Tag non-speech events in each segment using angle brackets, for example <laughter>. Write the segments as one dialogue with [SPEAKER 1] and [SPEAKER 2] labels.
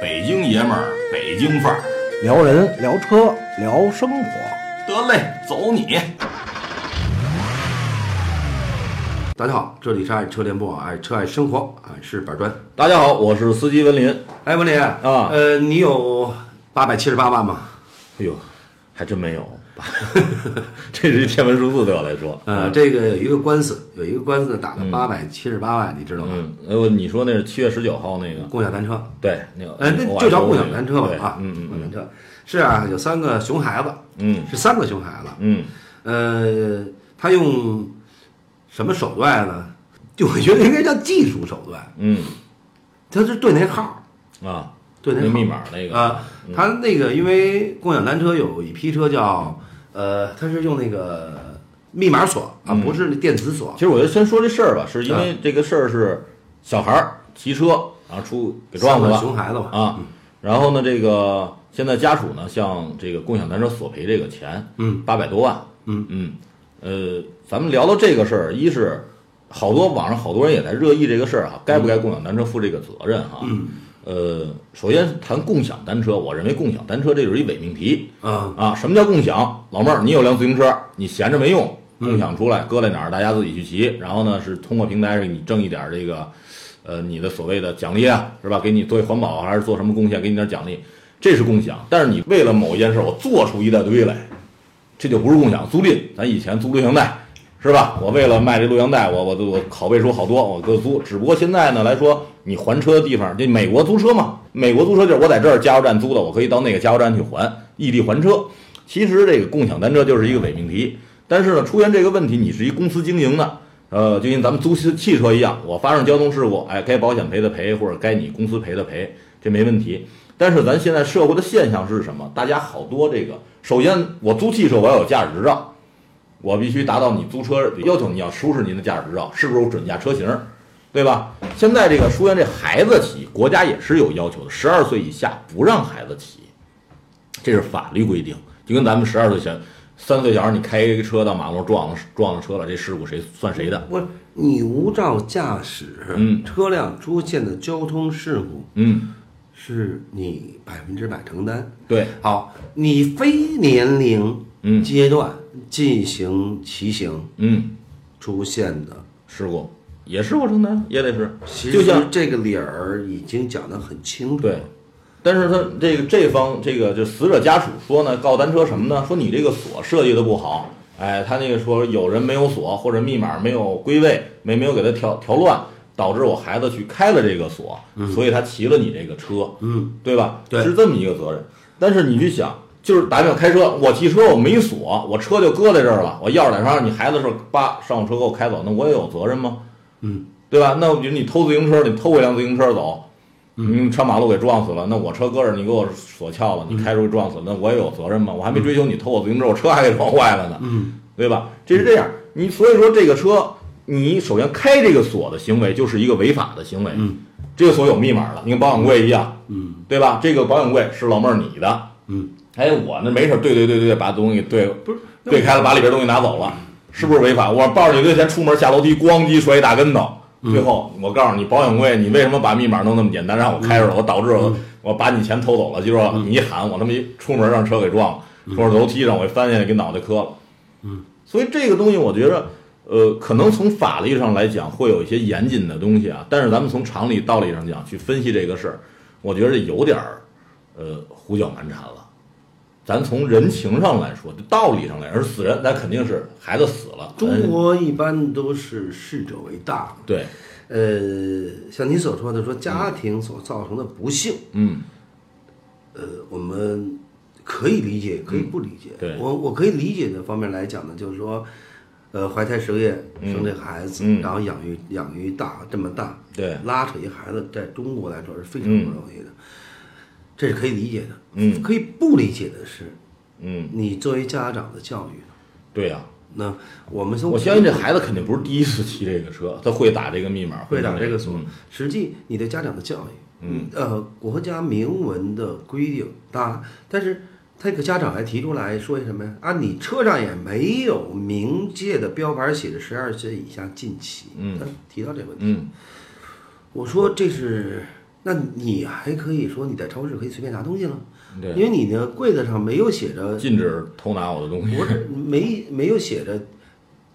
[SPEAKER 1] 北京爷们儿，北京范儿，
[SPEAKER 2] 聊人聊车聊生活，
[SPEAKER 1] 得嘞，走你！
[SPEAKER 3] 大家好，这里是爱车联播，爱车爱生活，俺是板砖。
[SPEAKER 4] 大家好，我是司机文林。
[SPEAKER 3] 哎，文林
[SPEAKER 4] 啊
[SPEAKER 3] 呃，你有八百七十八万吗？
[SPEAKER 4] 哎呦，还真没有， <laughs> 这是一天文数字对我来说。
[SPEAKER 3] 呃，这个有一个官司，有一个官司打了八百七十八万，你知道吗？
[SPEAKER 4] 嗯，呃，你说那是七月十九号那个？
[SPEAKER 3] 共享单车，
[SPEAKER 4] 对，那个，
[SPEAKER 3] 呃，那
[SPEAKER 4] 嗯我
[SPEAKER 3] 就叫
[SPEAKER 4] 还
[SPEAKER 3] 共
[SPEAKER 4] 说
[SPEAKER 3] 享单车吧
[SPEAKER 4] 对
[SPEAKER 3] 啊，
[SPEAKER 4] 嗯
[SPEAKER 3] 共享
[SPEAKER 4] 嗯
[SPEAKER 3] 单车是啊，有三个熊孩子，
[SPEAKER 4] 嗯
[SPEAKER 3] 是三个熊孩子，
[SPEAKER 4] 嗯
[SPEAKER 3] 呃，他用什么手段呢？就我觉得应该叫技术手段，
[SPEAKER 4] 嗯
[SPEAKER 3] 他是对那号，
[SPEAKER 4] 嗯啊，
[SPEAKER 3] 对
[SPEAKER 4] 那
[SPEAKER 3] 那号
[SPEAKER 4] 密码那个，嗯
[SPEAKER 3] 啊，他那个因为共享单车有一批车叫呃，他是用那个密码锁
[SPEAKER 4] 嗯
[SPEAKER 3] 啊，不是电子锁
[SPEAKER 4] 其，实我觉得先说这事儿吧，是因
[SPEAKER 3] 嗯
[SPEAKER 4] 为这个事儿是小孩儿骑车然后出给撞
[SPEAKER 3] 三
[SPEAKER 4] 死
[SPEAKER 3] 个
[SPEAKER 4] 了
[SPEAKER 3] 熊孩子嘛，嗯
[SPEAKER 4] 啊，然后呢，这个现在家属呢向这个共享单车索赔这个钱，
[SPEAKER 3] 嗯，
[SPEAKER 4] 八百多万，
[SPEAKER 3] 嗯
[SPEAKER 4] 嗯，呃，咱们聊到这个事儿，一是好多网上好多人也在热议这个事儿啊，该不该
[SPEAKER 3] 嗯
[SPEAKER 4] 共享单车负这个责任哈、嗯，呃，首先谈共享单车，我认为共享单车这就是一伪命题
[SPEAKER 3] 啊，
[SPEAKER 4] 啊。什么叫共享？老妹儿，你有辆自行车，你闲着没用，共享出来，搁在哪儿，大家自己去骑，然后呢是通过平台给你挣一点儿这个，呃，你的所谓的奖励啊，是吧？给你作为环保啊还是做什么贡献，给你点儿奖励，这是共享。但是你为了某一件事儿，我做出一大堆来，这就不是共享租赁。咱以前租录像带，是吧？我为了卖这录像带，我我我拷贝出好多，我就租。只不过现在呢来说，你还车的地方，这美国租车嘛，美国租车就是我在这儿加油站租的，我可以到那个加油站去还，异地还车。其实这个共享单车就是一个伪命题。但是呢，出现这个问题，你是一公司经营的，呃，就跟咱们租汽汽车一样，我发生交通事故，哎，该保险赔的赔，或者该你公司赔的赔，这没问题。但是咱现在社会的现象是什么？大家好多这个，首先我租汽车我要有驾驶执照，我必须达到你租车要求，你要出示您的驾驶执照，是不是有准驾车型，对吧？现在这个出现这孩子骑，国家也是有要求的，十二岁以下不让孩子骑，这是法律规定，就跟咱们十二岁前。三岁小孩，你开一个车到马路撞了撞了车了，这事故谁算谁的？
[SPEAKER 3] 不是你无照驾驶，
[SPEAKER 4] 嗯
[SPEAKER 3] 车辆出现的交通事故
[SPEAKER 4] 嗯，
[SPEAKER 3] 是你百分之百承担。
[SPEAKER 4] 对，
[SPEAKER 3] 好，你非年龄
[SPEAKER 4] 嗯
[SPEAKER 3] 阶段进行骑行
[SPEAKER 4] 嗯，
[SPEAKER 3] 出现的，
[SPEAKER 4] 事故也是我承担，也得
[SPEAKER 3] 其
[SPEAKER 4] 是，就像
[SPEAKER 3] 实这个理儿已经讲得很清楚。
[SPEAKER 4] 对，但是他这个这方这个就死者家属说呢，告单车什么呢？说你这个锁设计的不好，哎，他那个说有人没有锁或者密码没有归位，没没有给他调调乱，导致我孩子去开了这个锁，所以他骑了你这个车，
[SPEAKER 3] 嗯，
[SPEAKER 4] 对吧？
[SPEAKER 3] 对
[SPEAKER 4] 是这么一个责任。但是你去想，就是打比方开车，我骑车我没锁，我车就搁在这儿了，我钥匙在车上，你孩子说叭上我车给我开走，那我也有责任吗？
[SPEAKER 3] 嗯，
[SPEAKER 4] 对吧？那比如你偷自行车，你偷一辆自行车走，
[SPEAKER 3] 嗯
[SPEAKER 4] 你上嗯马路给撞死了，那我车搁这儿，你给我锁撬了，你开出去撞死了，那我也有责任吗？我还没追究你偷我自行车，我车还给撞坏了呢，
[SPEAKER 3] 嗯，
[SPEAKER 4] 对吧？这是这样，你所以说这个车，你首先开这个锁的行为就是一个违法的行为，
[SPEAKER 3] 嗯，
[SPEAKER 4] 这个锁有密码的，你跟保险柜一样，
[SPEAKER 3] 嗯
[SPEAKER 4] 对吧？这个保险柜是老妹儿你的，
[SPEAKER 3] 嗯，
[SPEAKER 4] 哎，我那没事儿，对对对对，把东西对
[SPEAKER 3] 不是
[SPEAKER 4] 对开了，把里边东西拿走了，是不是违法？我抱着你堆钱出门下楼梯，咣叽摔一大跟头。
[SPEAKER 3] 嗯
[SPEAKER 4] 最后，我告诉你，保险柜，你为什么把密码弄那么简单，让我开
[SPEAKER 3] 嗯
[SPEAKER 4] 着了，我导致我我把你钱偷走了，就说你一喊我他妈一出门让车给撞了，说是楼梯上我一翻下去给脑袋磕了，嗯，所以这个东西我觉着，呃，可能从法律上来讲会有一些严谨的东西啊，但是咱们从常理道理上讲去分析这个事儿，我觉着有点儿呃胡搅蛮缠了。咱从人情上来说，就道理上来，而死人咱肯定是孩子死了，
[SPEAKER 3] 中
[SPEAKER 4] 咱
[SPEAKER 3] 国一般都是逝者为大，
[SPEAKER 4] 对，
[SPEAKER 3] 呃，像你所说的，说家庭所造成的不幸，
[SPEAKER 4] 嗯
[SPEAKER 3] 呃，我们可以理解，可以不理解。
[SPEAKER 4] 嗯对
[SPEAKER 3] 我我可以理解的方面来讲呢，就是说，呃，怀胎授业生这孩子，
[SPEAKER 4] 嗯
[SPEAKER 3] 然后养育养育大这么大，
[SPEAKER 4] 对
[SPEAKER 3] 拉扯一孩子，在中国来说是非常不容易的，这是可以理解的。
[SPEAKER 4] 嗯
[SPEAKER 3] 可以不理解的是，
[SPEAKER 4] 嗯，
[SPEAKER 3] 你作为家长的教育，
[SPEAKER 4] 对呀、
[SPEAKER 3] 那我们从
[SPEAKER 4] 我相信这孩子肯定不是第一次骑这个车，他会打这个密码，
[SPEAKER 3] 会打这个锁
[SPEAKER 4] 锁，。
[SPEAKER 3] 实际你的家长的教育，嗯，呃，国家明文的规定，啊，但是他这个家长还提出来说什么呀？啊，你车上也没有明界的标牌写着十二岁以下禁骑，嗯，他提到这个问题，
[SPEAKER 4] 嗯
[SPEAKER 3] 我说这是那你还可以说你在超市可以随便拿东西了，因
[SPEAKER 4] 对，
[SPEAKER 3] 为你的柜子上没有写着，
[SPEAKER 4] 禁止偷拿我的东西。
[SPEAKER 3] 不是没没有写着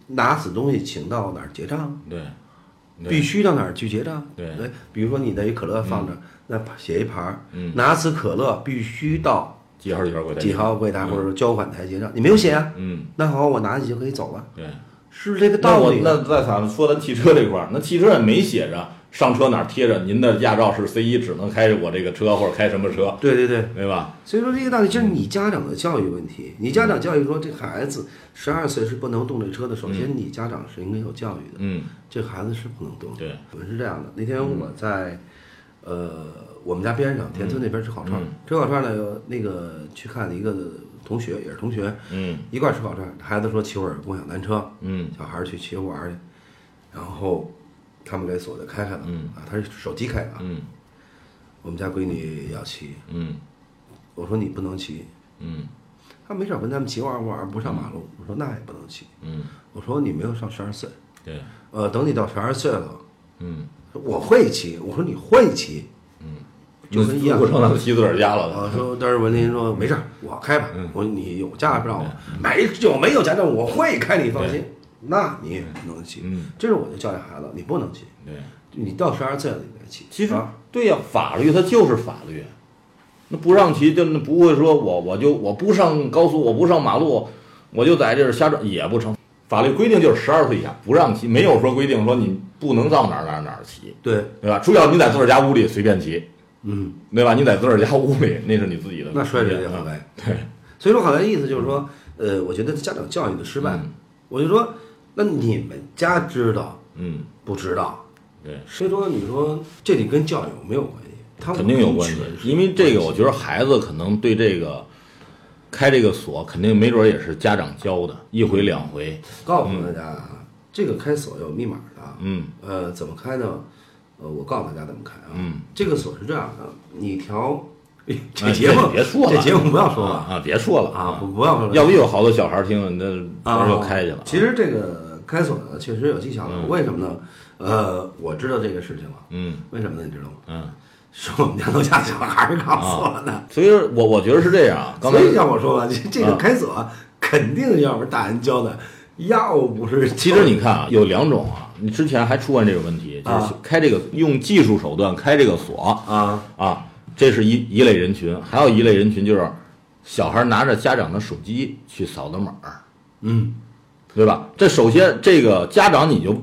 [SPEAKER 3] 拿此东西请到哪儿结账，
[SPEAKER 4] 对，对
[SPEAKER 3] 必须到哪儿去结账。
[SPEAKER 4] 对
[SPEAKER 3] 哎，比如说你的一可乐放着，那写一盘儿，
[SPEAKER 4] 嗯
[SPEAKER 3] 拿此可乐必须到
[SPEAKER 4] 几号几号柜台？
[SPEAKER 3] 几？号柜台或者说交款台结账，你没有写啊？
[SPEAKER 4] 嗯，
[SPEAKER 3] 那好，我拿你就可以走了，
[SPEAKER 4] 对。
[SPEAKER 3] 是这个
[SPEAKER 4] 那
[SPEAKER 3] 道
[SPEAKER 4] 我
[SPEAKER 3] 理。啊
[SPEAKER 4] 那再咱说咱汽车这块儿，那汽车也没写着上车哪儿贴着您的驾照是 C 一，只能开我这个车或者开什么车，
[SPEAKER 3] 对对对，
[SPEAKER 4] 对吧？
[SPEAKER 3] 所以说这个道理就是你家长的教育问题。你家长教育说这孩子十二岁是不能动这车的，首先你家长是应该有教育的，
[SPEAKER 4] 嗯，
[SPEAKER 3] 这个孩子是不能动。
[SPEAKER 4] 对，嗯
[SPEAKER 3] 我们是这样的，那天我在呃我们家边上田村那边吃烤串
[SPEAKER 4] 嗯，
[SPEAKER 3] 吃烤串呢有那个去看了一个同学，也是同学，
[SPEAKER 4] 嗯
[SPEAKER 3] 一块儿吃烤串，孩子说骑会儿共享单车，
[SPEAKER 4] 嗯
[SPEAKER 3] 小孩儿去骑会儿玩儿去，然后他们给锁的开开了，
[SPEAKER 4] 嗯
[SPEAKER 3] 啊，他是手机开的啊，
[SPEAKER 4] 嗯
[SPEAKER 3] 我们家闺女要骑，
[SPEAKER 4] 嗯
[SPEAKER 3] 我说你不能骑。
[SPEAKER 4] 嗯
[SPEAKER 3] 他没少跟他们骑玩玩，不上马路。我说那也不能骑。
[SPEAKER 4] 嗯，
[SPEAKER 3] 我说你没有上十二岁，
[SPEAKER 4] 对，
[SPEAKER 3] 呃，等你到十二岁了，
[SPEAKER 4] 嗯，
[SPEAKER 3] 我会骑。我说你会骑，嗯，就跟一样
[SPEAKER 4] 不。成咱们骑自个儿家了的。
[SPEAKER 3] 我说，但是文林说没事儿，我开吧。
[SPEAKER 4] 嗯
[SPEAKER 3] 我说你有驾照吗？没有没有驾照，我会开，你放心。那你也不能骑，
[SPEAKER 4] 嗯，
[SPEAKER 3] 这是我就教育孩子，你不能骑，
[SPEAKER 4] 对，
[SPEAKER 3] 你到十二岁了你再骑。
[SPEAKER 4] 其实
[SPEAKER 3] 啊
[SPEAKER 4] 对呀、法律它就是法律，那不让骑就那不会说我我就我不上高速，我不上马路，我就在这儿瞎转也不成。法律规定就是十二岁以下不让骑，没有说规定说你不能到哪儿哪儿哪儿骑，
[SPEAKER 3] 对，
[SPEAKER 4] 对吧？除了你在自个儿家屋里随便骑，
[SPEAKER 3] 嗯，
[SPEAKER 4] 对吧？你在自个儿家屋里那是你自己的，
[SPEAKER 3] 那摔着也
[SPEAKER 4] 嗯
[SPEAKER 3] 好该。
[SPEAKER 4] 对，
[SPEAKER 3] 所以说，好像意思就是说，呃，我觉得家长教育的失败，我就说，那你们家知道
[SPEAKER 4] 嗯，
[SPEAKER 3] 不知道？
[SPEAKER 4] 对，
[SPEAKER 3] 所以说，你说这里跟教育有没有关系？他
[SPEAKER 4] 肯定有关系，因为这个我觉得孩子可能对这个开这个锁肯定没准儿也是家长教的，一回两回，
[SPEAKER 3] 告诉大家啊，这个开锁有密码的，
[SPEAKER 4] 嗯
[SPEAKER 3] 呃，怎么开呢？呃，我告诉大家怎么开啊。嗯，这个锁是这样的，你调，这节目
[SPEAKER 4] 哎别说了
[SPEAKER 3] 这节目不要说了
[SPEAKER 4] 啊啊，别说了
[SPEAKER 3] 啊，不不要说了，
[SPEAKER 4] 要不又有好多小孩儿听了，那到
[SPEAKER 3] 啊，
[SPEAKER 4] 时候开去了。
[SPEAKER 3] 其实这个开锁呢，确实有技巧的。为什么呢？呃，我知道这个事情了。
[SPEAKER 4] 嗯
[SPEAKER 3] 为什么呢？你知道吗？
[SPEAKER 4] 嗯，啊
[SPEAKER 3] 是我们家楼下小孩儿告诉我的。
[SPEAKER 4] 所以说我我觉得是这样啊。刚才
[SPEAKER 3] 所以像我说吧，这这个开
[SPEAKER 4] 啊
[SPEAKER 3] 锁肯定要不是大人教的，要不是
[SPEAKER 4] 其实你看啊，有两种啊，你之前还出现这个问题，就是
[SPEAKER 3] 啊
[SPEAKER 4] 开这个用技术手段开这个锁
[SPEAKER 3] 啊，
[SPEAKER 4] 啊，这是一一类人群，还有一类人群就是小孩拿着家长的手机去扫的码儿，
[SPEAKER 3] 嗯，
[SPEAKER 4] 对吧？这首先这个家长你就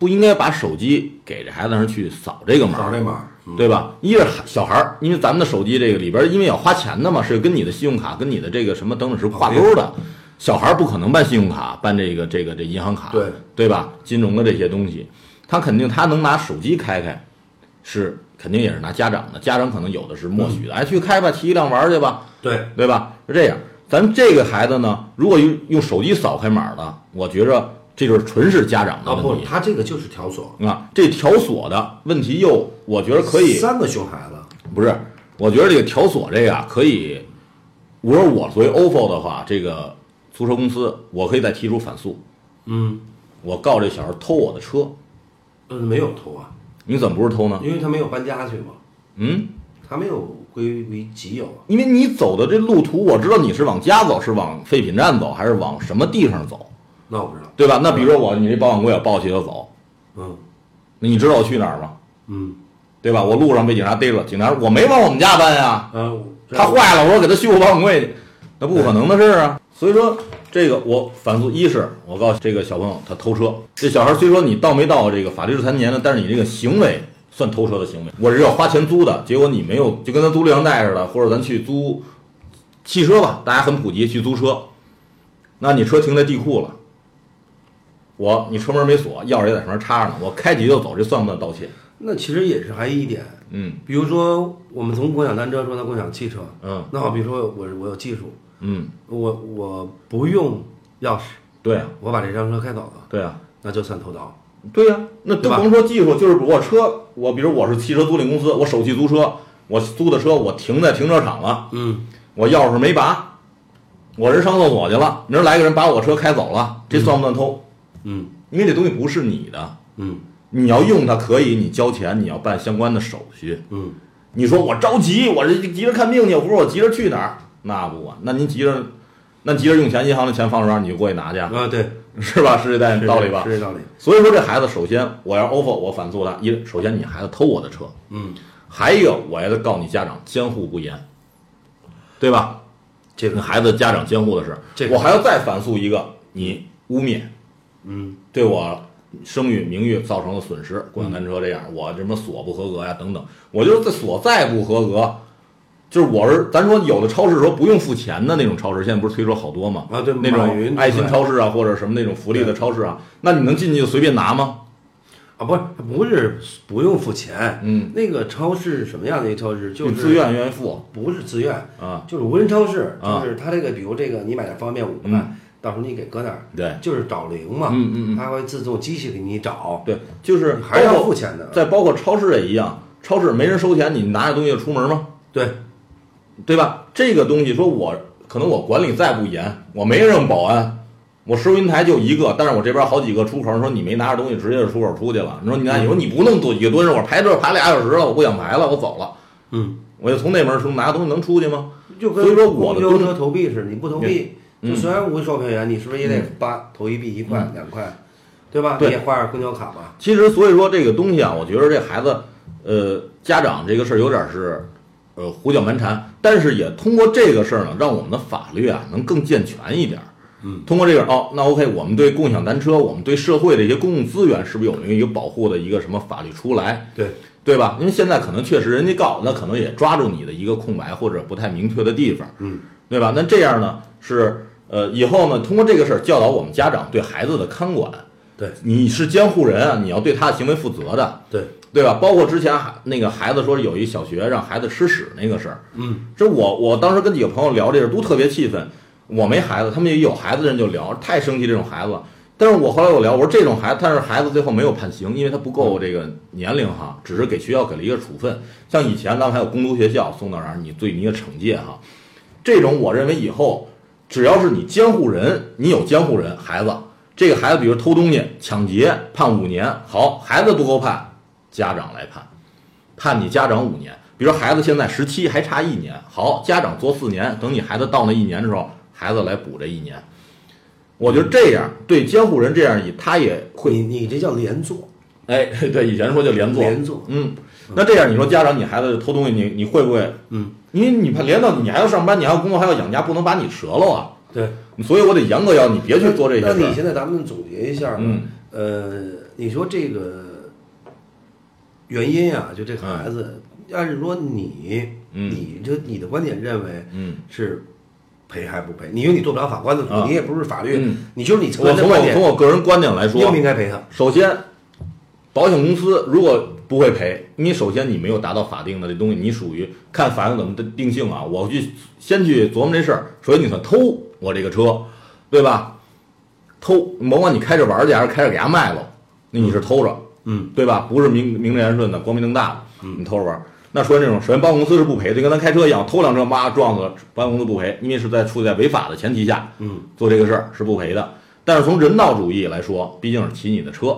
[SPEAKER 4] 不应该把手机给这孩子让去扫这个码
[SPEAKER 3] 扫
[SPEAKER 4] 儿，
[SPEAKER 3] 这码儿，
[SPEAKER 4] 对吧？一是小孩儿，因为咱们的手机这个里边儿，因为要花钱的嘛，是跟你的信用卡、跟你的这个什么等等是挂钩的。小孩儿不可能办信用卡、办这个这个这银行卡，
[SPEAKER 3] 对
[SPEAKER 4] 对吧？金融的这些东西，他肯定他能拿手机开开，是肯定也是拿家长的，家长可能有的是默许的，
[SPEAKER 3] 嗯
[SPEAKER 4] 哎，去开吧，骑一辆玩儿去吧，
[SPEAKER 3] 对，
[SPEAKER 4] 对吧？是这样，咱这个孩子呢，如果用用手机扫开码的，我觉着这就是纯是家长的
[SPEAKER 3] 啊不
[SPEAKER 4] 问，题
[SPEAKER 3] 他这个就是调锁，
[SPEAKER 4] 啊。这调锁的问题又，我觉得可以
[SPEAKER 3] 三个熊孩子，
[SPEAKER 4] 不是，我觉得这个调锁这个啊，可以，如果我作为 OFO 的话，这个租车公司我可以再提出反诉，
[SPEAKER 3] 嗯
[SPEAKER 4] 我告这小孩偷我的车，
[SPEAKER 3] 嗯，没有偷啊，
[SPEAKER 4] 你怎么不是偷呢？
[SPEAKER 3] 因为他没有搬家去嘛，
[SPEAKER 4] 嗯，
[SPEAKER 3] 他没有归为己有啊。
[SPEAKER 4] 因为你走的这路途，我知道你是往家走，是往废品站走，还是往什么地方走，
[SPEAKER 3] 那我不知道，
[SPEAKER 4] 对吧？那比如说我，你这保险柜我抱起就走，
[SPEAKER 3] 嗯
[SPEAKER 4] 那你知道我去哪儿吗？
[SPEAKER 3] 嗯，
[SPEAKER 4] 对吧？我路上被警察逮着，警察说我没往我们家搬啊呀，
[SPEAKER 3] 呃，我
[SPEAKER 4] 他坏了，我说给他修个保险柜去，那不可能的事儿啊。所以说，这个我反诉，一是我告诉这个小朋友他偷车，这小孩虽说你到没到这个法定残疾年呢，但是你这个行为算偷车的行为。我是要花钱租的，结果你没有，就跟咱租录像带似的，或者咱去租汽车吧，大家很普及去租车，那你车停在地库了。我你车门没锁，钥匙也在上面插着呢。我开几就走，这算不算盗窃？
[SPEAKER 3] 那其实也是还一点，
[SPEAKER 4] 嗯
[SPEAKER 3] 比如说我们从共享单车说到共享汽车，
[SPEAKER 4] 嗯
[SPEAKER 3] 那好比说我我有技术，
[SPEAKER 4] 嗯，
[SPEAKER 3] 我我不用钥匙，
[SPEAKER 4] 对啊
[SPEAKER 3] 我把这辆车开走了，
[SPEAKER 4] 对啊，
[SPEAKER 3] 那就算偷盗。
[SPEAKER 4] 对呀、那
[SPEAKER 3] 对
[SPEAKER 4] 都
[SPEAKER 3] 吧
[SPEAKER 4] 甭说技术，就是我车，我比如我是汽车租赁公司，我首汽租车，我租的车我停在停车场了，
[SPEAKER 3] 嗯，
[SPEAKER 4] 我钥匙没拔，我人上厕所去了，明儿来个人把我车开走了，这算不算偷？
[SPEAKER 3] 嗯
[SPEAKER 4] 因为这东西不是你的，
[SPEAKER 3] 嗯
[SPEAKER 4] 你要用它可以，你交钱，你要办相关的手续，
[SPEAKER 3] 嗯，
[SPEAKER 4] 你说我着急，我这急着看病去，或者我急着去哪儿，那不管，那您急着，那急着用钱，银行的钱放桌上，你就过去拿去，
[SPEAKER 3] 啊，对，
[SPEAKER 4] 是吧？是这带道理吧？
[SPEAKER 3] 是这道理。
[SPEAKER 4] 所以说这孩子，首先我要 offer 我反诉他，一首先你孩子偷我的车，
[SPEAKER 3] 嗯，
[SPEAKER 4] 还有我要告你家长监护不严，对吧？
[SPEAKER 3] 这
[SPEAKER 4] 跟
[SPEAKER 3] 个
[SPEAKER 4] 孩子家长监护的事儿，
[SPEAKER 3] 这个
[SPEAKER 4] 我还要再反诉一个你污蔑，
[SPEAKER 3] 嗯，
[SPEAKER 4] 对我声誉名誉造成了损失，共享单车这样，我什么锁不合格呀、等等，我就是这锁再不合格，就是我是咱说有的超市说不用付钱的那种超市，现在不是推出好多吗？
[SPEAKER 3] 啊对
[SPEAKER 4] 那
[SPEAKER 3] 马云对
[SPEAKER 4] 种爱心超市啊，或者什么那种福利的超市啊，那你能进去就随便拿吗？
[SPEAKER 3] 啊，不是不是不用付钱，
[SPEAKER 4] 嗯，
[SPEAKER 3] 那个超市是什么样的一个超市？就是
[SPEAKER 4] 你自，愿愿意付
[SPEAKER 3] 不是自愿，
[SPEAKER 4] 啊？
[SPEAKER 3] 就是无人超市，
[SPEAKER 4] 啊
[SPEAKER 3] 就是他这个，比如这个你买点方便面五块，
[SPEAKER 4] 嗯
[SPEAKER 3] 到时候你给搁那儿，
[SPEAKER 4] 对
[SPEAKER 3] 就是找零嘛，
[SPEAKER 4] 嗯嗯嗯
[SPEAKER 3] 它会自动机器给你找，
[SPEAKER 4] 对，就是
[SPEAKER 3] 还是
[SPEAKER 4] 包
[SPEAKER 3] 要
[SPEAKER 4] 括
[SPEAKER 3] 付钱的，
[SPEAKER 4] 再包括超市也一样，超市没人收钱，你拿着东西就出门吗？
[SPEAKER 3] 对，
[SPEAKER 4] 对吧？这个东西说我可能我管理再不严，我没让保安，我收银台就一个，但是我这边好几个出口，说你没拿着东西直接就出口出去了。你说你拿，你说你不弄多几个蹲着，我排队排俩小时了，我不想排了，我走了，
[SPEAKER 3] 嗯，
[SPEAKER 4] 我就从那门出拿东西能出去吗？
[SPEAKER 3] 就跟
[SPEAKER 4] 所以说我的
[SPEAKER 3] 公交
[SPEAKER 4] 东
[SPEAKER 3] 车投币似的，你不投币，
[SPEAKER 4] 嗯
[SPEAKER 3] 就虽然无售票员，你是不是也得
[SPEAKER 4] 嗯
[SPEAKER 3] 八投一币一块两块，对吧？
[SPEAKER 4] 对
[SPEAKER 3] 你也花点公交卡吧，
[SPEAKER 4] 其实所以说这个东西啊，我觉得这孩子，呃，家长这个事儿有点儿是，呃，胡搅蛮缠，但是也通过这个事儿呢，让我们的法律啊能更健全一点。嗯，通过这个哦，那 OK，我们对共享单车，我们对社会的一些公共资源，是不是有一个保护的一个什么法律出来，
[SPEAKER 3] 对，
[SPEAKER 4] 对吧？因为现在可能确实人家告，那可能也抓住你的一个空白或者不太明确的地方，
[SPEAKER 3] 嗯，
[SPEAKER 4] 对吧？那这样呢是呃，以后呢通过这个事儿教导我们家长对孩子的看管，
[SPEAKER 3] 对
[SPEAKER 4] 你是监护人啊，你要对他的行为负责的，
[SPEAKER 3] 对，
[SPEAKER 4] 对吧？包括之前还那个孩子说有一小学让孩子吃屎那个事儿，
[SPEAKER 3] 嗯，
[SPEAKER 4] 这我我当时跟几个朋友聊这事儿都特别气愤。我没孩子，他们也有孩子的人就聊，太生气这种孩子了。但是我后来我聊，我说这种孩子，但是孩子最后没有判刑，因为他不够这个年龄哈，只是给学校给了一个处分。像以前咱们还有公读学校送到那儿，你对你的惩戒哈，这种我认为以后只要是你监护人，你有监护人，孩子这个孩子比如偷东西、抢劫，判五年，好，孩子不够判，家长来判，判你家长五年。比如孩子现在十七，还差一年，好，家长做四年，等你孩子到那一年的时候，孩子来补这一年。我觉得这样对监护人这样，也他也会，
[SPEAKER 3] 你你这叫连坐，
[SPEAKER 4] 哎， <laughs> 对，以前说叫连坐，
[SPEAKER 3] 连坐，
[SPEAKER 4] 嗯，那这样你说家长，你孩子偷东西，你你会不会？
[SPEAKER 3] 嗯，
[SPEAKER 4] 因为你怕连到你还要上班，你还要工作，还要养家，不能把你折了啊。
[SPEAKER 3] 对，
[SPEAKER 4] 所以我得严格要你别去做这些
[SPEAKER 3] 那
[SPEAKER 4] 事
[SPEAKER 3] 你
[SPEAKER 4] 儿。
[SPEAKER 3] 现在咱们总结一下吧，
[SPEAKER 4] 嗯
[SPEAKER 3] 呃，你说这个原因啊，就这个孩子，要是说你，
[SPEAKER 4] 嗯
[SPEAKER 3] 你就你的观点认为
[SPEAKER 4] 嗯，
[SPEAKER 3] 是赔还不赔？你因为你做不了法官的
[SPEAKER 4] 啊
[SPEAKER 3] 你也不是法律，
[SPEAKER 4] 嗯
[SPEAKER 3] 你就是你从
[SPEAKER 4] 我
[SPEAKER 3] 人的
[SPEAKER 4] 从
[SPEAKER 3] 观
[SPEAKER 4] 我
[SPEAKER 3] 点
[SPEAKER 4] 从，我个人观点来说，啊
[SPEAKER 3] 应不应该赔他？
[SPEAKER 4] 首先，保险公司如果不会赔，你首先你没有达到法定的这东西，你属于看法院怎么定性啊。我去先去琢磨这事儿，首先你算偷我这个车，对吧？偷，甭管你开着玩儿去还是开着给它卖了，那你是偷着，
[SPEAKER 3] 嗯，
[SPEAKER 4] 对吧？不是名名正言顺的、光明正大的，你偷着玩儿。那说这种，首先保险公司是不赔的，就跟咱开车一样，偷辆车妈撞死了，保险公司不赔，因为是在处在违法的前提下，
[SPEAKER 3] 嗯，
[SPEAKER 4] 做这个事儿是不赔的。但是从人道主义来说，毕竟是骑你的车，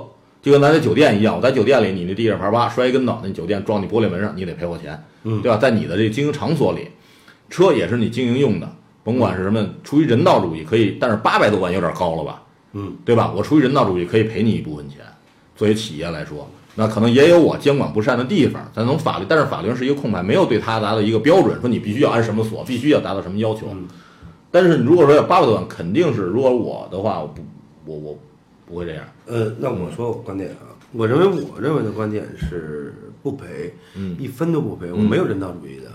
[SPEAKER 4] 就跟咱在酒店一样，我在酒店里，你那地上啪啪摔一跟头，那酒店撞你玻璃门上，你得赔我钱，
[SPEAKER 3] 嗯
[SPEAKER 4] 对吧？在你的这个经营场所里，车也是你经营用的，甭管是什么，出于人道主义可以，但是八百多万有点高了吧？
[SPEAKER 3] 嗯，
[SPEAKER 4] 对吧？我出于人道主义可以赔你一部分钱，作为企业来说，那可能也有我监管不善的地方，咱从法律，但是法律上是一个空白，没有对他达到一个标准，说你必须要按什么锁，必须要达到什么要求。
[SPEAKER 3] 嗯
[SPEAKER 4] 但是你如果说有八百多万，肯定是如果我的话，我不，我我不会这样。
[SPEAKER 3] 呃，那我说我观点啊，我认为我认为的观点是不赔，
[SPEAKER 4] 嗯
[SPEAKER 3] 一分都不赔，我
[SPEAKER 4] 嗯
[SPEAKER 3] 没有人道主义的。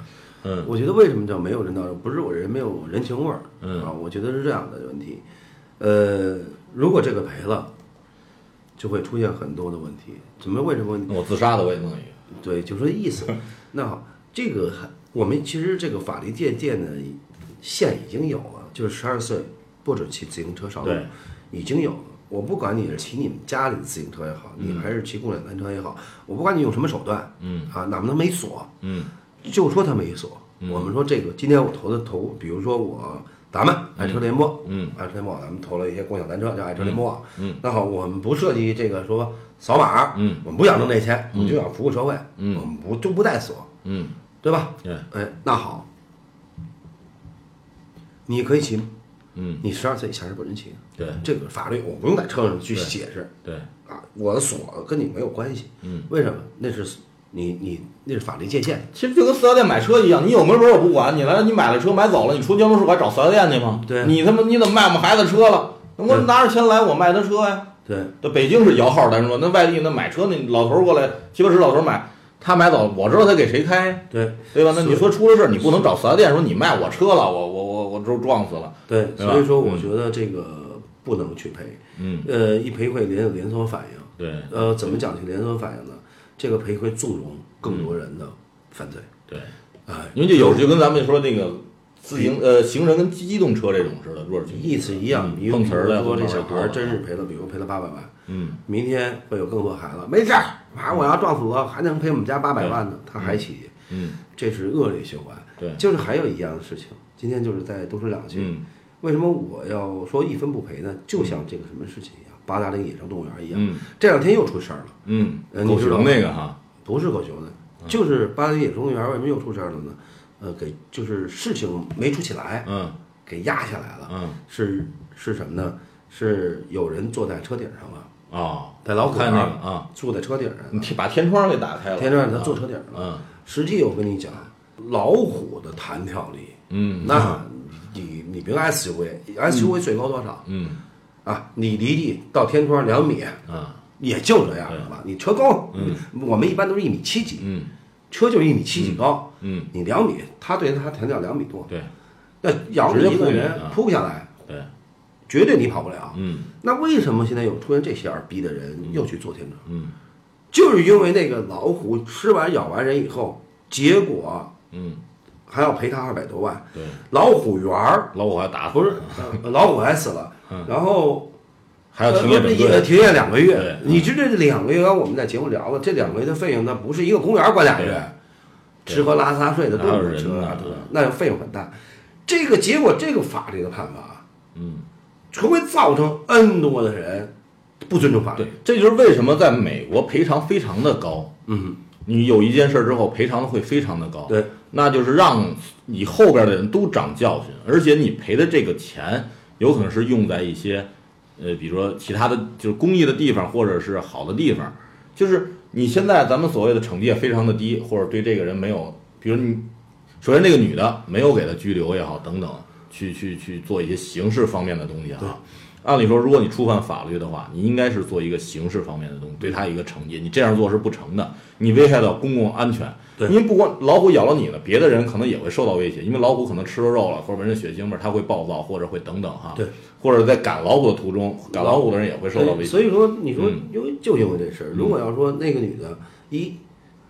[SPEAKER 4] 嗯
[SPEAKER 3] 我觉得为什么叫没有人道主义？不是我人没有人情味儿，
[SPEAKER 4] 嗯
[SPEAKER 3] 啊，我觉得是这样的问题。呃，如果这个赔了，就会出现很多的问题。怎么为什么问题？
[SPEAKER 4] 那我自杀的我也弄一个。
[SPEAKER 3] 对，就说意思。那好，这个还我们其实这个法律界界呢，现已经有了，就是十二岁不准骑自行车上路
[SPEAKER 4] 对，
[SPEAKER 3] 已经有了。我不管你是骑你们家里的自行车也好，你还是骑共享单车也好，我不管你用什么手段，嗯啊，哪怕它没锁，
[SPEAKER 4] 嗯
[SPEAKER 3] 就说它没锁。我们说这个，今天我投的投，比如说我咱们爱车联播，
[SPEAKER 4] 嗯，
[SPEAKER 3] 爱车联播，咱们投了一些共享单车，叫爱车联播啊，
[SPEAKER 4] 嗯，
[SPEAKER 3] 那好，我们不涉及这个说扫码，
[SPEAKER 4] 嗯，
[SPEAKER 3] 我们不想挣这钱，我们就想服务社会，嗯，我们不就不带锁，
[SPEAKER 4] 嗯
[SPEAKER 3] 对吧？
[SPEAKER 4] 对，
[SPEAKER 3] 哎，那好，你可以骑吗？
[SPEAKER 4] 嗯，
[SPEAKER 3] 你十二岁以前是不允许的。
[SPEAKER 4] 对
[SPEAKER 3] 这个法律我不用在车上去解释
[SPEAKER 4] 对，
[SPEAKER 3] 啊，我的所跟你没有关系。
[SPEAKER 4] 嗯，
[SPEAKER 3] 为什么？那是你你那是法律界限。
[SPEAKER 4] 其实就跟四 S 店买车一样，你有没有本我不管，你来了你买了车买走了，你出交通税我还找四 S 店去吗？
[SPEAKER 3] 对
[SPEAKER 4] 你他妈你怎么卖我们孩子车了？那我
[SPEAKER 3] 对
[SPEAKER 4] 拿着钱来我卖他车呀、
[SPEAKER 3] 对
[SPEAKER 4] 这北京是摇号单说，那外地那买车那老头儿过来七八十老头儿买，他买走了，我知道他给谁开，
[SPEAKER 3] 对
[SPEAKER 4] 对吧？那你说出了事儿，你不能找四 S 店说你卖我车了，我我我我都撞死了，
[SPEAKER 3] 对，
[SPEAKER 4] 对吧
[SPEAKER 3] 所以说我觉得这个不能去赔。
[SPEAKER 4] 嗯，
[SPEAKER 3] 呃，一赔会连有连锁反应。
[SPEAKER 4] 对
[SPEAKER 3] 呃，怎么讲去连锁反应呢？这个赔会纵容更多人的
[SPEAKER 4] 嗯
[SPEAKER 3] 犯罪。
[SPEAKER 4] 对，
[SPEAKER 3] 哎，
[SPEAKER 4] 因为这有就跟咱们说那个自行呃行人跟机动车这种似的弱势群体
[SPEAKER 3] 意思一样，
[SPEAKER 4] 嗯
[SPEAKER 3] 比如
[SPEAKER 4] 碰瓷儿的
[SPEAKER 3] 说这
[SPEAKER 4] 碰瓷儿
[SPEAKER 3] 小
[SPEAKER 4] 的
[SPEAKER 3] 孩儿真是赔了，比如赔了八百万，
[SPEAKER 4] 嗯，
[SPEAKER 3] 明天会有更多孩子，没事儿，反正我要撞死我还能赔我们家八百万呢，他还起，
[SPEAKER 4] 嗯，
[SPEAKER 3] 这是恶劣循环。
[SPEAKER 4] 对
[SPEAKER 3] 就是还有一样的事情，今天就是在东市两区，
[SPEAKER 4] 嗯
[SPEAKER 3] 为什么我要说一分不赔呢？就像这个什么事情一样，八达岭野生动物园一样，
[SPEAKER 4] 嗯
[SPEAKER 3] 这两天又出事儿了，
[SPEAKER 4] 嗯，
[SPEAKER 3] 呃
[SPEAKER 4] 狗
[SPEAKER 3] 你知道
[SPEAKER 4] 熊那个哈，
[SPEAKER 3] 不是狗熊的，就是八达岭野生动物园为什么又出事儿了呢？呃，给就是事情没出起来，
[SPEAKER 4] 嗯
[SPEAKER 3] 给压下来了。
[SPEAKER 4] 嗯
[SPEAKER 3] 是是什么呢？是有人坐在车顶上了，
[SPEAKER 4] 哦，
[SPEAKER 3] 在老虎
[SPEAKER 4] 看
[SPEAKER 3] 园
[SPEAKER 4] 那个啊，
[SPEAKER 3] 坐在车顶上
[SPEAKER 4] 你
[SPEAKER 3] 了，
[SPEAKER 4] 天把天窗给打开了，
[SPEAKER 3] 天天让他坐车顶上了。
[SPEAKER 4] 嗯
[SPEAKER 3] 实际我跟你讲，老虎的弹跳力，
[SPEAKER 4] 嗯
[SPEAKER 3] 那你你别 SUV，SUV 最高多少
[SPEAKER 4] 嗯
[SPEAKER 3] 啊？你离地到天窗两米，
[SPEAKER 4] 啊
[SPEAKER 3] 也就这样了吧？你车高，我们一般都是一米七几，
[SPEAKER 4] 嗯
[SPEAKER 3] 车就是一米七几高，
[SPEAKER 4] 嗯，
[SPEAKER 3] 你两米，他对他弹跳两米多，
[SPEAKER 4] 对
[SPEAKER 3] 那咬你一
[SPEAKER 4] 直接扑
[SPEAKER 3] 个
[SPEAKER 4] 你
[SPEAKER 3] 人
[SPEAKER 4] 啊
[SPEAKER 3] 扑下来，
[SPEAKER 4] 对，
[SPEAKER 3] 绝对你跑不了。
[SPEAKER 4] 嗯
[SPEAKER 3] 那为什么现在有出现这些二逼的人又去做天窗？
[SPEAKER 4] 嗯，
[SPEAKER 3] 就是因为那个老虎吃完咬完人以后，结果
[SPEAKER 4] 嗯
[SPEAKER 3] 还要赔他二百多万。
[SPEAKER 4] 对，
[SPEAKER 3] 老虎园儿
[SPEAKER 4] 老虎还打死
[SPEAKER 3] 不
[SPEAKER 4] <laughs>
[SPEAKER 3] 是、呃老虎还死了，
[SPEAKER 4] 嗯
[SPEAKER 3] 然后
[SPEAKER 4] 还要停业整
[SPEAKER 3] 呃
[SPEAKER 4] 顿，
[SPEAKER 3] 停业两个
[SPEAKER 4] 对
[SPEAKER 3] 月。你知道这两个月，我们在节目聊了，这两个月的费用，那不是一个公园儿管俩月，
[SPEAKER 4] 对
[SPEAKER 3] 吃喝拉撒睡的都
[SPEAKER 4] 哪有
[SPEAKER 3] 是
[SPEAKER 4] 人
[SPEAKER 3] 车
[SPEAKER 4] 呢
[SPEAKER 3] 啊，对吧那费用很大。这个结果，这个法律的判罚，
[SPEAKER 4] 嗯。
[SPEAKER 3] 除非造成 N 多的人不尊重法律
[SPEAKER 4] 对。，这就是为什么在美国赔偿非常的高。
[SPEAKER 3] 嗯，
[SPEAKER 4] 你有一件事儿之后，赔偿的会非常的高。
[SPEAKER 3] 对，
[SPEAKER 4] 那就是让你后边的人都长教训，而且你赔的这个钱有可能是用在一些，呃，比如说其他的就是公益的地方，或者是好的地方。就是你现在咱们所谓的惩戒非常的低，或者对这个人没有，比如你，首先这个女的没有给她拘留也好，等等，去去去做一些刑事方面的东西啊。按理说，如果你触犯法律的话，你应该是做一个刑事方面的东西，对他一个惩戒。你这样做是不成的，你危害到公共安全。
[SPEAKER 3] 对
[SPEAKER 4] 因为不光老虎咬了你了，别的人可能也会受到威胁，因为老虎可能吃了肉了，或者闻着血腥味儿，它会暴躁，或者会等等哈。
[SPEAKER 3] 对，
[SPEAKER 4] 或者在赶老虎的途中，赶老虎的人也会受到威
[SPEAKER 3] 对
[SPEAKER 4] 胁。
[SPEAKER 3] 所以说，你说
[SPEAKER 4] 嗯
[SPEAKER 3] 因为就因为这事儿，如果要说那个女的，一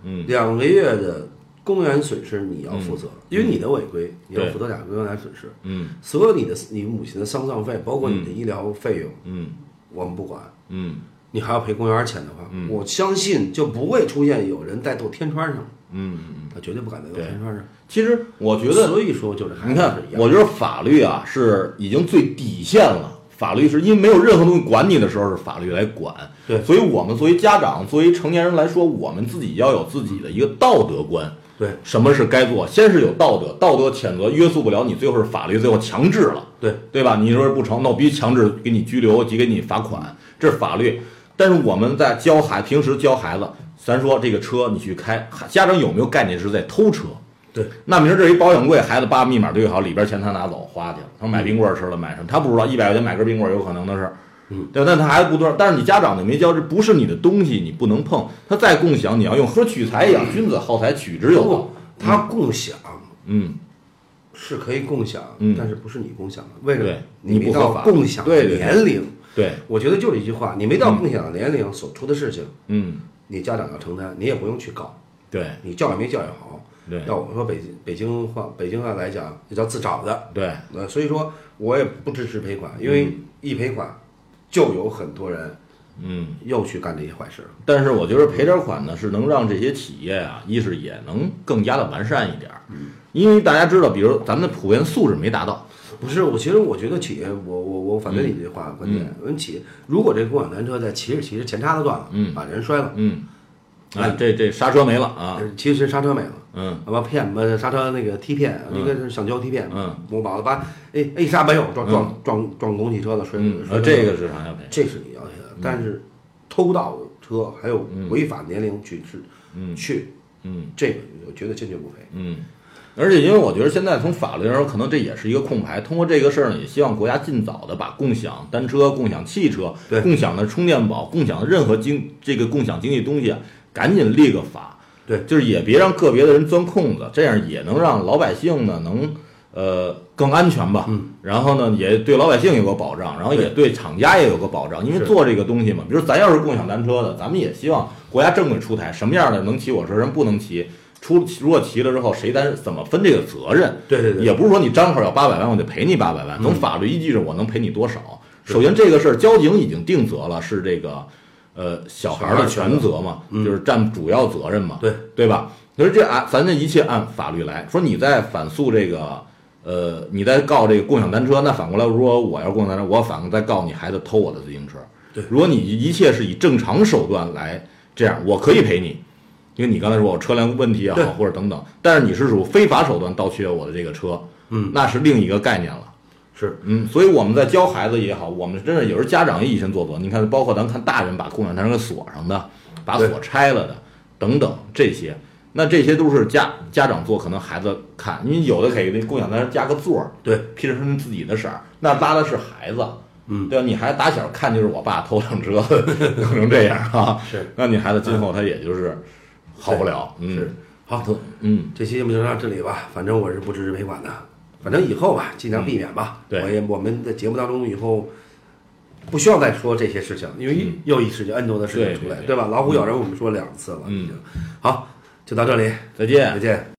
[SPEAKER 4] 嗯，
[SPEAKER 3] 两个月的公园损失你要负责，因为你的违规，你要
[SPEAKER 4] 嗯对
[SPEAKER 3] 负责两个公园损失，
[SPEAKER 4] 嗯
[SPEAKER 3] 所有你的你母亲的丧葬费，包括你的医疗费用，
[SPEAKER 4] 嗯
[SPEAKER 3] 我们不管。
[SPEAKER 4] 嗯
[SPEAKER 3] 你还要赔公园钱的话，我相信就不会出现有人再斗天窗上了，
[SPEAKER 4] 嗯嗯。
[SPEAKER 3] 他绝对不敢再斗
[SPEAKER 4] 对
[SPEAKER 3] 天窗上。
[SPEAKER 4] 其实我觉得
[SPEAKER 3] 所以说就是还
[SPEAKER 4] 你看
[SPEAKER 3] 是一，样
[SPEAKER 4] 我觉得法律啊是已经最底线了。法律是因为没有任何东西管你的时候，是法律来管。
[SPEAKER 3] 对
[SPEAKER 4] 所以我们作为家长，作为成年人来说，我们自己要有自己的一个道德观。
[SPEAKER 3] 对
[SPEAKER 4] 什么是该做？先是有道德，道德谴责约束不了你，最后是法律，最后强制了。
[SPEAKER 3] 对
[SPEAKER 4] 对吧？你说不成，那我必须强制给你拘留及给你罚款，这是法律。但是我们在教孩平时教孩子，咱说这个车你去开，家长有没有概念是在偷车？
[SPEAKER 3] 对
[SPEAKER 4] 那明儿这一保险柜，孩子把密码对好，里边钱他拿走花去了，他买冰棍儿吃了，买什么他不知道，一百块钱买根冰棍儿有可能的事。
[SPEAKER 3] 嗯，
[SPEAKER 4] 对，但他孩子不多，但是你家长就没教，这不是你的东西，你不能碰。他再共享，你要用和取财一样，君子好财，取之有道
[SPEAKER 3] 不。，他共享
[SPEAKER 4] 嗯，
[SPEAKER 3] 是可以共享，
[SPEAKER 4] 嗯
[SPEAKER 3] 但是不是你共享的？为什么
[SPEAKER 4] 对？
[SPEAKER 3] 你
[SPEAKER 4] 你
[SPEAKER 3] 没
[SPEAKER 4] 不
[SPEAKER 3] 到
[SPEAKER 4] 合法
[SPEAKER 3] 共享的
[SPEAKER 4] 对对对
[SPEAKER 3] 年龄，
[SPEAKER 4] 对，
[SPEAKER 3] 我觉得就是一句话：你没到共享的年龄所出的事情，
[SPEAKER 4] 嗯，
[SPEAKER 3] 你家长要承担，你也不用去告，
[SPEAKER 4] 对，
[SPEAKER 3] 你教育没教育好。
[SPEAKER 4] 对，
[SPEAKER 3] 要我说北京北京话北京话来讲，这叫自找的。
[SPEAKER 4] 对，
[SPEAKER 3] 呃，所以说我也不支持赔款，因为一赔款就有很多人
[SPEAKER 4] 嗯。
[SPEAKER 3] 又去干这些坏事了。
[SPEAKER 4] 但是我觉得赔点款呢，是能让这些企业啊，一是也能更加的完善一点儿，因为大家知道，比如咱们的普遍素质没达到，
[SPEAKER 3] 不是，我其实我觉得企业，我我我反对你这
[SPEAKER 4] 嗯
[SPEAKER 3] 话观点。我们企业如果这共享单车在骑着骑着前叉子断了，
[SPEAKER 4] 嗯
[SPEAKER 3] 把人摔了，
[SPEAKER 4] 嗯，啊
[SPEAKER 3] 哎，
[SPEAKER 4] 这这刹车没了啊，
[SPEAKER 3] 其实刹车没了，
[SPEAKER 4] 嗯
[SPEAKER 3] 什么片呃刹车那个踢片，啊那个是橡胶踢片，
[SPEAKER 4] 嗯，
[SPEAKER 3] 我把把哎哎刹没有撞撞撞撞公汽车了，摔
[SPEAKER 4] 嗯，
[SPEAKER 3] 摔
[SPEAKER 4] 呃，
[SPEAKER 3] 车
[SPEAKER 4] 这
[SPEAKER 3] 了
[SPEAKER 4] 个是嗯常要赔。
[SPEAKER 3] 这是你要赔的，但是偷盗车还有违法年龄去去去，
[SPEAKER 4] 嗯，
[SPEAKER 3] 这个我觉得坚决不赔。
[SPEAKER 4] 而且，因为我觉得现在从法律上说，可能这也是一个空白。通过这个事儿呢，也希望国家尽早的把共享单车、共享汽车、
[SPEAKER 3] 对
[SPEAKER 4] 共享的充电宝、共享的任何经这个共享经济东西，啊，赶紧立个法。
[SPEAKER 3] 对
[SPEAKER 4] 就是也别让个别的人钻空子，这样也能让老百姓呢能呃更安全吧。嗯。然后呢，也对老百姓有个保障，然后也对厂家也有个保障，因为
[SPEAKER 3] 是
[SPEAKER 4] 做这个东西嘛，比如咱要是共享单车的，咱们也希望国家正规出台什么样的能骑我车，人不能骑。出如果骑了之后，谁担怎么分这个责任？
[SPEAKER 3] 对对嗯对
[SPEAKER 4] 也不是说你张口要八百万，我就赔你八百万。从法律依据上，我能赔你多少？首先，这个事儿交警已经定责了，是这个呃小孩儿的全责嘛，就是占主要责任嘛，
[SPEAKER 3] 对
[SPEAKER 4] 对吧？所以这按咱这一切按法律来说，你在反诉这个呃，你在告这个共享单车，那反过来如果我要是共享单车，我反过来告你孩子偷我的自行车。
[SPEAKER 3] 对
[SPEAKER 4] 如果你一切是以正常手段来这样，我可以赔你，因为你刚才说我车辆问题也
[SPEAKER 3] 对
[SPEAKER 4] 好或者等等，但是你是属非法手段盗窃我的这个车，
[SPEAKER 3] 嗯，
[SPEAKER 4] 那是另一个概念了。
[SPEAKER 3] 是，
[SPEAKER 4] 嗯，所以我们在教孩子也好，我们真的有时候家长也以身作则。你看，包括咱看大人把共享单车锁上的，把
[SPEAKER 3] 对
[SPEAKER 4] 锁拆了的，等等这些，那这些都是家家长做，可能孩子看，因为有的给那共享单车加个座儿，
[SPEAKER 3] 对，
[SPEAKER 4] 披着身自己的色儿，那拉的是孩子，嗯，对吧？你孩子打小看就是我爸偷辆车， <laughs> 弄成这样啊，
[SPEAKER 3] 是，
[SPEAKER 4] 那你孩子今后他也就是好不了，
[SPEAKER 3] 是
[SPEAKER 4] 嗯，
[SPEAKER 3] 好，
[SPEAKER 4] 嗯，
[SPEAKER 3] 这期节目就到这里吧，反正我是不支持赔款的，反正以后吧，尽量避免吧。
[SPEAKER 4] 嗯对
[SPEAKER 3] 我也我们的节目当中以后不需要再说这些事情，因为又一事情 N 多的事
[SPEAKER 4] 嗯对嗯
[SPEAKER 3] 情出来，
[SPEAKER 4] 对对
[SPEAKER 3] 吧？老虎咬人我们说两次了，已经。好，就到这里，
[SPEAKER 4] 再见
[SPEAKER 3] 再。见。